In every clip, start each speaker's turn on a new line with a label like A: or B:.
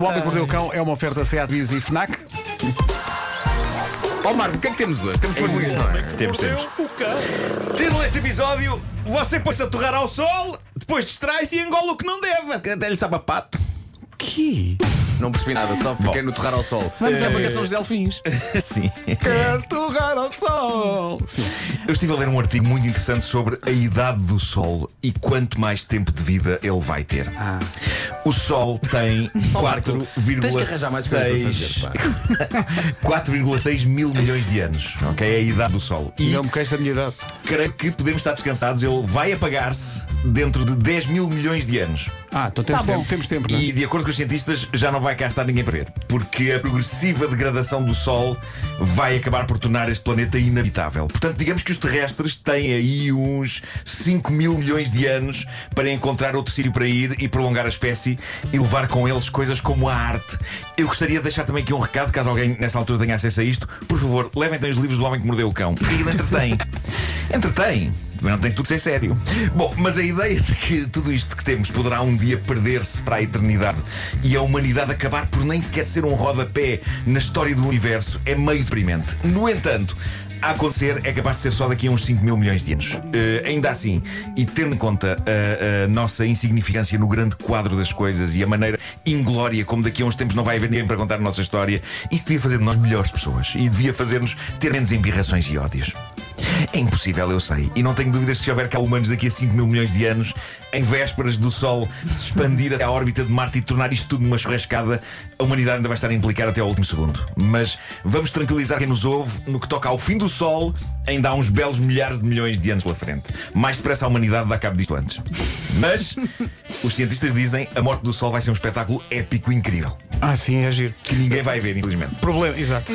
A: O Homem que Mordeu o Cão é uma oferta Seat Bis e Fnac.
B: Ó Marco, o que é que temos hoje? Temos por isso, não é?
C: Temos, temos.
D: Título deste episódio: Você põe-se a torrar ao sol, depois distrai-se e engola o que não deve. Até lhe sabe a pato.
B: Não percebi nada, só fiquei no torrar ao sol. Mas é vacação dos delfins.
C: Sim.
A: Torrar ao sol!
C: Eu estive a ler um artigo muito interessante sobre a idade do Sol e quanto mais tempo de vida ele vai ter.
D: Ah.
C: O Sol tem
B: Tens que arranjar mais coisas
C: 4,6
B: para fazer, pá.
C: 4,6 mil milhões de anos. Ok? É a idade do Sol. E
A: Não me queixo da minha idade.
C: creio que podemos estar descansados. Ele vai apagar-se dentro de 10 mil milhões de anos.
A: Ah, então temos
E: Tá bom.
A: tempo, temos tempo, não é?
C: E de acordo com os cientistas, já não vai cá estar ninguém para ver. Porque a progressiva degradação do Sol vai acabar por tornar este planeta inabitável. Portanto, digamos que os terrestres têm aí uns 5 mil milhões de anos para encontrar outro sítio para ir e prolongar a espécie e levar com eles coisas como a arte. Eu gostaria de deixar também aqui um recado, caso alguém nessa altura tenha acesso a isto. Por favor, levem então os livros do Homem que Mordeu o Cão. Porque ele entretém. entretém. Também não tem tudo que ser sério. Bom, mas a ideia de que tudo isto que temos poderá um dia perder-se para a eternidade e a humanidade acabar por nem sequer ser um rodapé na história do universo é meio deprimente. No entanto, a acontecer é capaz de ser só daqui a uns 5 mil milhões de anos. Eh, ainda assim, e tendo em conta eh, a, a nossa insignificância no grande quadro das coisas e a maneira inglória como daqui a uns tempos não vai haver ninguém para contar a nossa história, isso devia fazer de nós melhores pessoas e devia fazer-nos ter menos embirrações e ódios. É impossível, eu sei. E não tenho dúvidas que se houver cá humanos daqui a 5 mil milhões de anos, em vésperas do Sol se expandir até à órbita de Marte e tornar isto tudo uma churrascada, a humanidade ainda vai estar a implicar até ao último segundo. Mas vamos tranquilizar quem nos ouve, no que toca ao fim do Sol, ainda há uns belos milhares de milhões de anos pela frente. Mais depressa a humanidade dá cabo disto antes. Mas os cientistas dizem a morte do Sol vai ser um espetáculo épico e incrível.
A: Ah, sim, é giro.
C: Que ninguém vai ver, infelizmente.
A: Problema, exato.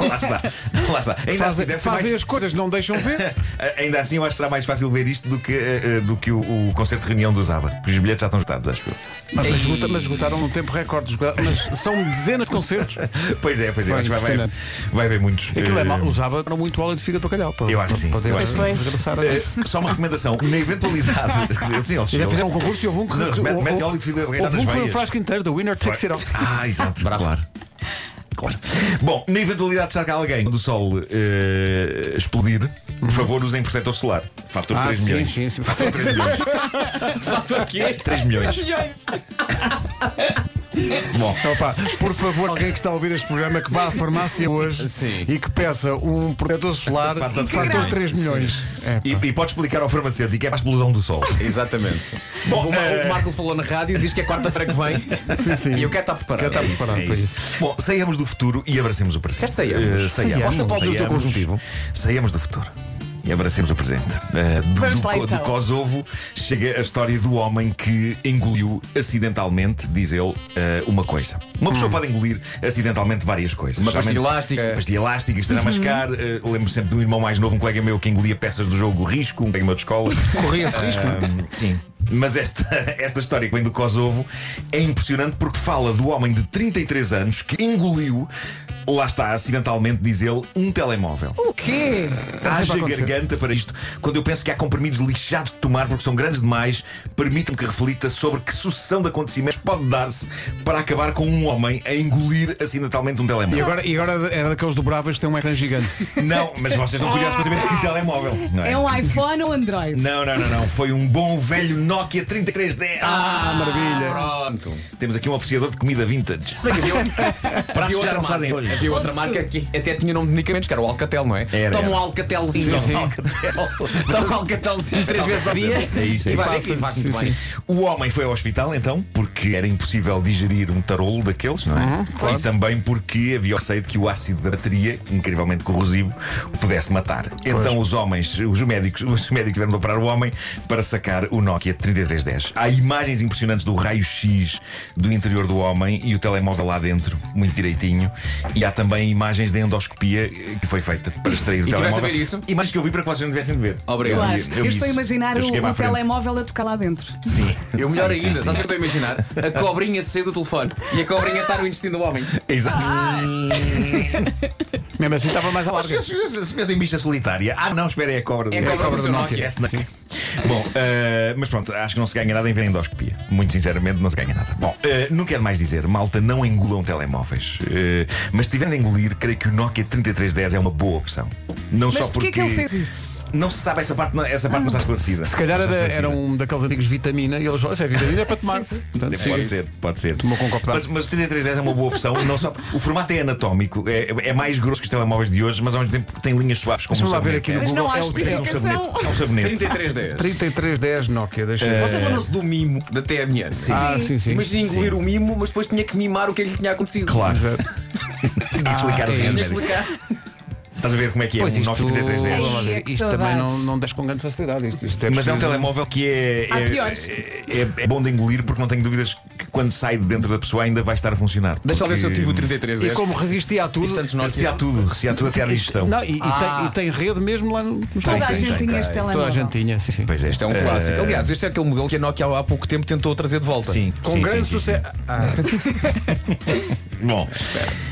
C: Lá está. Lá está. Ainda assim,
A: Fazem,
C: deve ser
A: fazem
C: mais-
A: as coisas, não deixam ver.
C: Ainda assim, eu acho que será mais fácil ver isto do que, eh, eh, do que o, o concerto de reunião do Zaba. Porque os bilhetes já estão esgotados, acho eu.
A: Mas, esgota- mas esgotaram num tempo recorde. esgota- Mas são dezenas de concertos.
C: Pois é, pois
A: Pois,
C: é, acho que vai, vai,
A: impressionante.
C: vai ver muitos.
A: Aquilo é
C: Eh,
A: mal, usava para muito óleo de figa de bacalhau. Para,
C: Eu acho que sim,
A: Para
C: eu
A: poder
C: acho que
E: sim.
A: regressar a-
C: eh, Só uma recomendação, na eventualidade. Sim, eles-
A: Já fizeram um concurso e houve um que.
C: Não, eles metem- metem óleo de fio de bacalhau
A: Houve um
C: nas
A: que foi um
C: veias.
A: frasco inteiro, da winner takes it all.
C: Ah, exato. Claro. Claro. Bom, na eventualidade de estar cá alguém do Sol eh, explodir, por favor, usem protetor solar. Fator
A: Ah,
C: 3
A: sim,
C: milhões.
A: sim, sim.
C: Fator 3 milhões.
B: Fator quê?
C: 3 milhões. Bom,
A: Opa, por favor, alguém que está a ouvir este programa que vá à farmácia hoje
B: Sim.
A: e que peça um protetor solar
C: Fator de
A: fator 3
C: três
A: milhões. É,
C: e,
A: pá.
C: e pode explicar ao farmacêutico que é para a explosão do Sol.
B: Exatamente.
C: Bom,
B: o, Ma-
C: eh,
B: o Marco falou na rádio e diz que é quarta-feira que vem.
A: Sim, sim.
B: E eu quero estar preparado.
A: Quero estar
B: É isso.
A: preparado para isso.
C: Bom, saiamos do futuro e abracemos o presente.
B: Quer saiamos?
C: Eh, saiamos.
B: Posso aplaudir o teu
C: Saiamos.
B: conjuntivo?
C: Saiamos do futuro. E abracemos o presente. Eh, do,
E: Vamos
C: do
E: lá,
C: co-
E: então.
C: do Kosovo chega a história do homem que engoliu acidentalmente, diz ele, eh, uma coisa. Uma pessoa pode engolir acidentalmente várias coisas.
B: Uma pastilha
C: Geralmente-
B: elástica.
C: pastilha elástica, esteira a mascar. Eh, lembro sempre de um irmão mais novo, um colega meu que engolia peças do jogo Risco, um colega meu de escola.
A: Corria-se risco. não é?
C: Ahm, sim. Mas esta, esta história que vem do Kosovo é impressionante porque fala do homem de 33 anos que engoliu, lá está, acidentalmente, diz ele, um telemóvel.
E: O quê?
C: Haja
A: sempre a acontecer.
C: garganta para isto. Quando eu penso que há comprimidos lixados de tomar porque são grandes demais, permite-me que reflita sobre que sucessão de acontecimentos pode dar-se para acabar com um homem a engolir acidentalmente um
A: E
C: telemóvel.
A: agora, e agora era daqueles dobráveis que tem um ecrã gigante.
C: Não, mas vocês estão curiosos para saber que telemóvel. Não é?
E: É um iPhone ou Android?
C: Não, não, não, não. Foi um bom velho Nokia 3310.
A: Ah, maravilha.
B: Pronto.
C: Temos aqui um apreciador de comida vintage.
B: Se bem que havia, havia
C: já
B: outra
C: não fazem
B: marca,
C: hoje.
B: havia outra marca que até tinha nome de medicamentos, que era o Alcatel, não é?
C: Era,
B: Toma um
C: era.
B: Alcatelzinho.
C: Então,
B: Toma um
C: Alcatel.
B: Toma um Alcatelzinho três vezes ao dia.
C: É isso, é
B: E
C: isso.
B: vai ver que faz muito bem.
C: O homem foi ao hospital então, porque era impossível digerir um tarolo daqueles, não é?
B: Uhum.
C: e também porque havia o receio de que o ácido da bateria, incrivelmente corrosivo, o pudesse matar. Então os homens, os médicos, os médicos tiveram de operar o homem para sacar o Nokia 3310. Há imagens impressionantes do raio-x do interior do homem e o telemóvel lá dentro, muito direitinho. E há também imagens de endoscopia eh, que foi feita para extrair o
B: tiveste a
C: telemóvel.
B: ver isso?
C: Imagens que eu vi para que vocês não tivessem de ver.
B: Obrigado.
E: Claro.
C: vi
E: Eu,
C: isso.
E: estou a imaginar
C: Eu
E: o, um
C: cheguei-me à
E: o
C: frente.
E: telemóvel a tocar lá dentro.
C: Sim.
B: Eu melhor
C: Sim,
B: ainda,
C: sim, sim.
B: sabes o que eu estou a imaginar? A cobrinha sair do telefone e a cobrinha está no intestino do homem.
C: Exato.
A: Mesmo assim estava mais a
C: Ah, O senhor,
A: larga.
C: senhor, senhor tem bicha solitária. Ah, não, espera, é a cobra do
B: É a cobra do seu Nokia.
C: É snack. Bom, eh, mas pronto, acho que não se ganha nada em ver endoscopia. Muito sinceramente, não se ganha nada. Bom, eh, não quero mais dizer, malta, não engulam telemóveis. Eh, mas se tiver de engolir, creio que o Nokia 3310 é uma boa opção. Não
E: Mas
C: só
E: porquê
C: porque.
E: que ele fez isso?
C: Não se sabe essa parte, não- essa parte não está esclarecida.
A: Se calhar
C: Não está
A: era,
C: esclarecida.
A: era um daqueles antigos vitamina e eles, "Oh, isso é vitamina, é para tomar. Portanto,
C: Pode
A: siga.
C: ser, pode ser.
A: Tomou com um copo de água.
C: mas, mas o 3310 é uma boa opção. não só- o formato é anatómico, é, é mais grosso que os telemóveis de hoje, mas ao mesmo tempo tem linhas suaves como um
A: Deixa-me lá ver
C: sabonete.
A: aqui no
E: Mas não é.
A: Google.
E: há
A: É o
C: É um
E: explicação.
C: sabonete. É um sabonete.
B: 3310.
A: 3310 Nokia, deixa eu ver.
B: Vocês lembram-se do mimo da TMN? Sim.
A: Ah, sim, sim.
B: Imagina engolir o mimo, mas depois tinha que mimar o que é que lhe tinha acontecido.
C: Claro.
A: Exato.
C: Tinha que explicar assim.
B: Tinha
C: André.
B: de explicar.
C: Estás a ver como é que é
A: Ah, é. Pois
C: um
A: isto,
C: Nokia 3310.
A: vamos lá ver.
E: Ai, é que
A: Isto também
E: saudades.
A: não, não desce com grande facilidade. Isto, isto
C: Mas é um
A: preciso-
C: telemóvel que é,
E: Há
C: é,
E: piores.
C: é- é bom de engolir porque não tenho dúvidas que quando sai de dentro da pessoa ainda vai estar a funcionar.
B: Deixa eu ver se eu
C: Porque
B: tive o 3310.
A: E como resistia a tudo.
B: Tive tantos nós.
C: Recear tudo, recear tudo até à digestão.
A: é Não, e, e tem,
E: Ah.
A: e tem rede mesmo lá no. nos
E: Toda a
A: telemóveis.
E: gente
C: tem,
E: tinha este
C: tem.
A: Toda a
E: telemóvel.
A: gente tinha, sim, sim.
C: Pois é.
B: Isto é um
C: Eh,
B: clássico. Aliás, este é aquele modelo que a Nokia há pouco tempo tentou trazer de volta.
C: Sim,
A: Com
C: sim,
A: grande
C: sim, sim,
A: sucesso. Ah,
C: sim. Bom,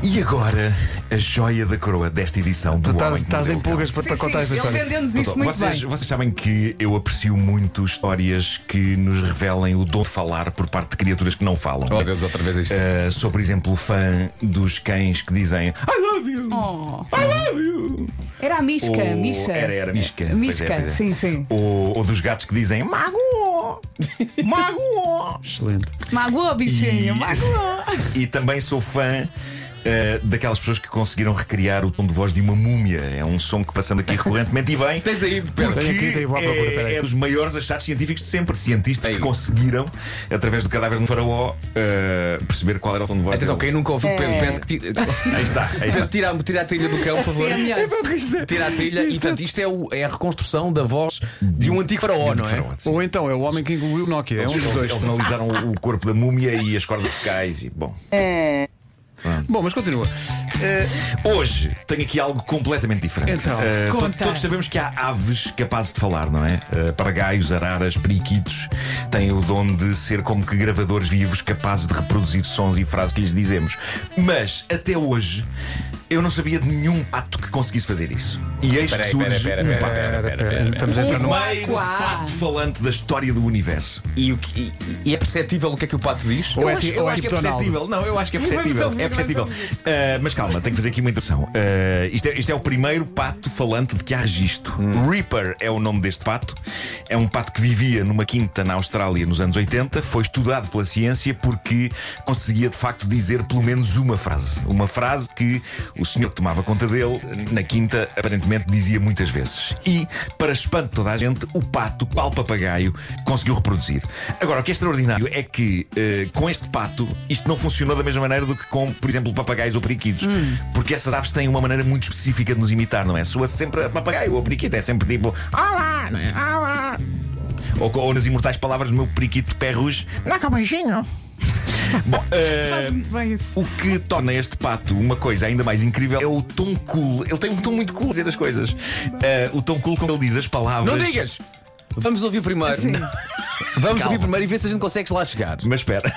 C: e agora a joia da coroa desta edição
A: tu
C: do
A: estás,
C: Homem que
A: estás
C: Mordeu
A: em
C: o Cão.
A: pulgas para, para
E: Sim,
A: contar esta
E: sim, ele
A: história.
E: vendeu-nos isto
C: Doutor,
E: muito
C: Então, vocês,
E: bem.
C: vocês sabem que eu aprecio muito histórias que nos revelem o dom de falar por parte de criaturas que não falam.
B: Oh Deus, outra vez isto.
C: Uh, sou, por exemplo, fã dos cães que dizem I love you!
E: Oh.
C: I love you!
E: Era a Misca,
C: Ou-
E: Misha.
C: Era, era, Misca.
E: É.
C: pois é,
E: Misca,
C: pois é.
E: sim, sim.
C: Ou, ou dos gatos que dizem Mago! Mago!
A: Excelente.
E: Magoou, bichinho,
C: E-
E: magoou.
C: E também sou fã uh, daquelas pessoas que conseguiram recriar o tom de voz de uma múmia. É um som que passando aqui recorrentemente e bem.
B: Tens aí, Pedro.
C: Porque
A: Tenho aqui, tenho- vou à procura, peraí.
C: é, é dos maiores achados científicos de sempre. Cientistas que
B: Ei.
C: conseguiram, através do cadáver de um faraó, uh, perceber qual era o tom de voz.
B: Atenção, quem
C: dele.
B: nunca ouviu o Pedro,
E: É.
B: peço que tira,
C: Aí está,
A: É um
C: aí está.
B: Pedro, tira, a- tira a trilha do cão, por favor.
E: Sim, é melhor.
B: Tira a trilha e portanto isto é, o- é a reconstrução da voz de um antigo faraó, não é?
C: Faraó, sim.
A: Ou então é o homem que engoliu o Nokia. É um
C: Eles,
A: dos dois.
C: eles analisaram o- o corpo da múmia e as cordas vocais e bom.
A: Bom, mas continua.
C: Eh, Hoje tenho aqui algo completamente diferente.
A: Então,
C: Eh, to-
E: conta.
C: todos sabemos que há aves capazes de falar, não é? Eh, Papagaios, araras, periquitos têm o dom de ser como que gravadores vivos capazes de reproduzir sons e frases que lhes dizemos. Mas até hoje eu não sabia de nenhum pato que conseguisse fazer isso. E eis que
B: Peraí,
C: surge
B: pera, pera,
C: um
B: pera,
C: pato.
B: pera,
A: Espera, espera, É, Estamos a entrar no.
E: Uau.
C: O primeiro
E: Quá.
C: pato falante da história do universo.
B: E, o que- e- e é perceptível o que é que o pato diz?
A: Ou é
C: acho-
A: ti- ou é
C: acho que
A: tipo
C: é
A: Donald.
C: perceptível. Não, eu acho que é perceptível.
A: um
E: ouvir,
C: é perceptível.
E: vamos
C: Ah, mas calma, tenho que fazer aqui uma introdução. Ah, isto, é, isto é o primeiro pato falante de que há registro. Reaper é o nome deste pato. É um pato que vivia numa quinta na Austrália nos anos 80. Foi estudado pela ciência porque conseguia de facto dizer pelo menos uma frase. Uma frase que o senhor que tomava conta dele na quinta aparentemente dizia muitas vezes. E, para espanto de toda a gente, o pato, qual papagaio, conseguiu reproduzir. Agora, o que é extraordinário é que eh, com este pato isto não funcionou da mesma maneira do que com, por exemplo, papagaios ou periquitos.
F: Hum.
C: Porque essas aves têm uma maneira muito específica de nos imitar, não é? Soa sempre a papagaio ou periquito, é sempre tipo Olá, não é? Olá. Ou, ou nas imortais palavras do meu periquito de perros.
F: Dá cá um beijinho.
C: Bom, eh,
E: Faz muito bem isso.
C: o que torna este pato uma coisa ainda mais incrível é o tom cool. Ele tem um tom muito cool a dizer as coisas. Eh, o tom cool como ele diz as palavras.
B: Não digas! Vamos ouvir primeiro. Vamos ouvir primeiro e ver se a gente consegue lá chegar.
C: Mas espera.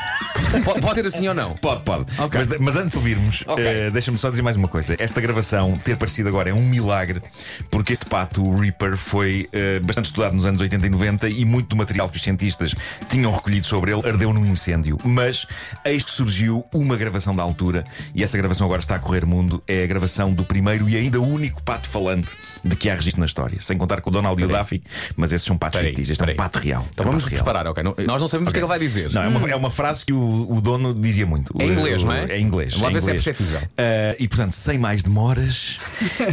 B: Po- Pode ser assim ou não?
C: Pode, pode.
B: Ok.
C: Mas, mas antes de ouvirmos,
B: Ok.
C: eh, deixa-me só dizer mais uma coisa. Esta gravação ter parecido agora é um milagre, porque este pato, o Reaper, foi eh, bastante estudado nos anos 80 e 90 e muito do material que os cientistas tinham recolhido sobre ele ardeu num incêndio. Mas eis que surgiu uma gravação da altura e essa gravação agora está a correr mundo. É a gravação do primeiro e ainda único pato falante de que há registro na história. Sem contar com o Donald e o Daffy, mas esses são patos
B: Peraí,
C: fictícios. Este é
B: peraí.
C: um pato real.
B: Então
C: É um
B: vamos
C: pato
B: nos
C: real.
B: preparar, ok? Não- nós não sabemos o que é que ele vai dizer.
C: Não, é uma, é uma frase que o, o dono dizia muito.
B: Em inglês,
C: O-
B: não é?
C: Em inglês.
B: Lá
C: em
B: vê se é
C: inglês.
B: perceptível.
C: Ah, e portanto, sem mais demoras,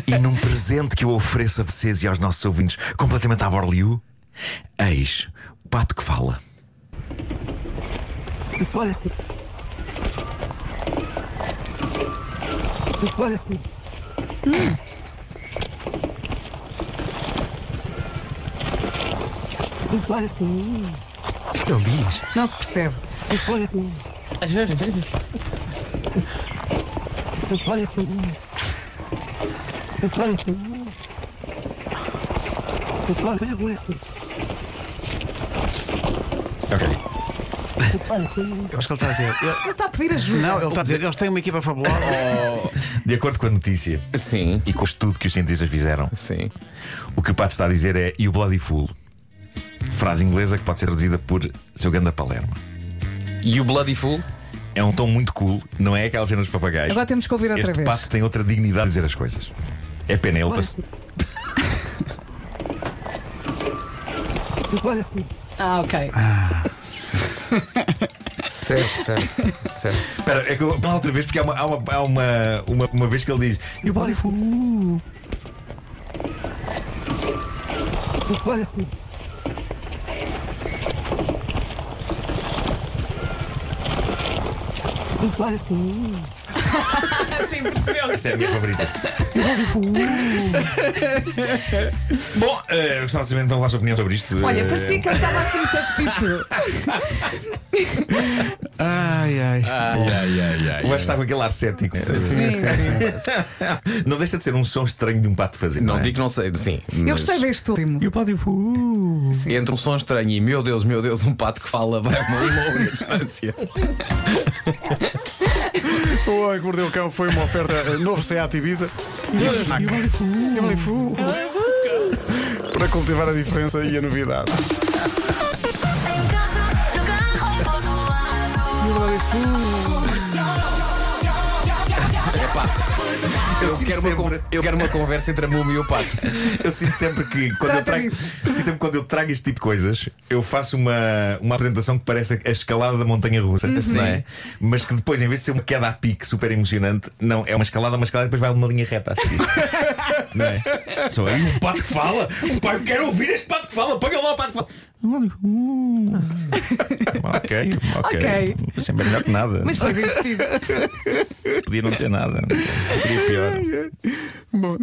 C: e num presente que eu ofereço a vocês e aos nossos ouvintes completamente à Borliu, eis o pato que fala.
E: Não se percebe.
C: Ok.
A: Eu acho que ele está a dizer. ele-
E: Ele está a pedir ajuda.
A: não, ele está a dizer. Eles têm uma equipa fabulosa.
C: De acordo com a notícia
B: Sim,
C: e com o estudo que os cientistas fizeram,
B: sim.
C: o que o Pato está a dizer é e o Bloody Fool. Frase inglesa que pode ser traduzida por seu ganda Palermo.
B: E o Bloody Fool?
C: É um tom muito cool, não é aquela cena dos papagaios.
E: Agora temos que ouvir outra
C: este
E: vez.
C: pato tem outra dignidade de dizer as coisas. É pena, ele está-
E: Ah, ok.
A: Oh.
B: Certo, certo, certo.
C: Espera, é que eu. Pá, outra vez, porque há uma, há uma, há uma, uma, uma vez que ele diz. E o Bloody Fool.
E: Sim, percebeu
C: Esta é a minha favorita. Bom, eh, eu gostava de saber então a vossa opinião sobre isto.
E: Olha,
C: Eh,
E: parecia que ele estava assim muito apetito.
A: Ai, ai.
B: Ai, ai, ai, ai.
C: Eu acho que está com aquele ar cético.
E: Sim, sim.
C: não deixa de ser um som estranho de um pato fazer. Não,
B: Não
C: é?
B: digo que não sei, sim.
E: Eu
B: mas
E: gostei deste último.
C: E o Bloody Fool.
B: Entre um som estranho e meu Deus, meu Deus, um pato que fala vai a uma longa distância.
A: O Homem que Mordeu o Cão foi uma oferta eh, novo Seat Ibiza. Para cultivar a diferença e a novidade.
F: En casa, no carro, en todo lado.
B: Eu quero, uma, con- eu quero uma conversa entre a múmia e o pato.
C: Eu sinto sempre que quando eu
E: Trata
C: trago,
E: disso.
C: sinto sempre que quando eu trago este tipo de coisas, eu faço uma, uma apresentação que parece a escalada da montanha russa,
E: Uhum.
C: não é? Mas que depois, em vez de ser uma queda a pique super emocionante, não, é uma escalada, uma escalada e depois vai uma linha reta a seguir. não é? Só aí um pato que fala, pai, eu quero ouvir este pato que fala, paga lá o pato que fala. ok, ok.
E: Ok.
C: Sempre é melhor que nada.
E: Mas foi divertido.
C: Podia não ter nada. Seria pior.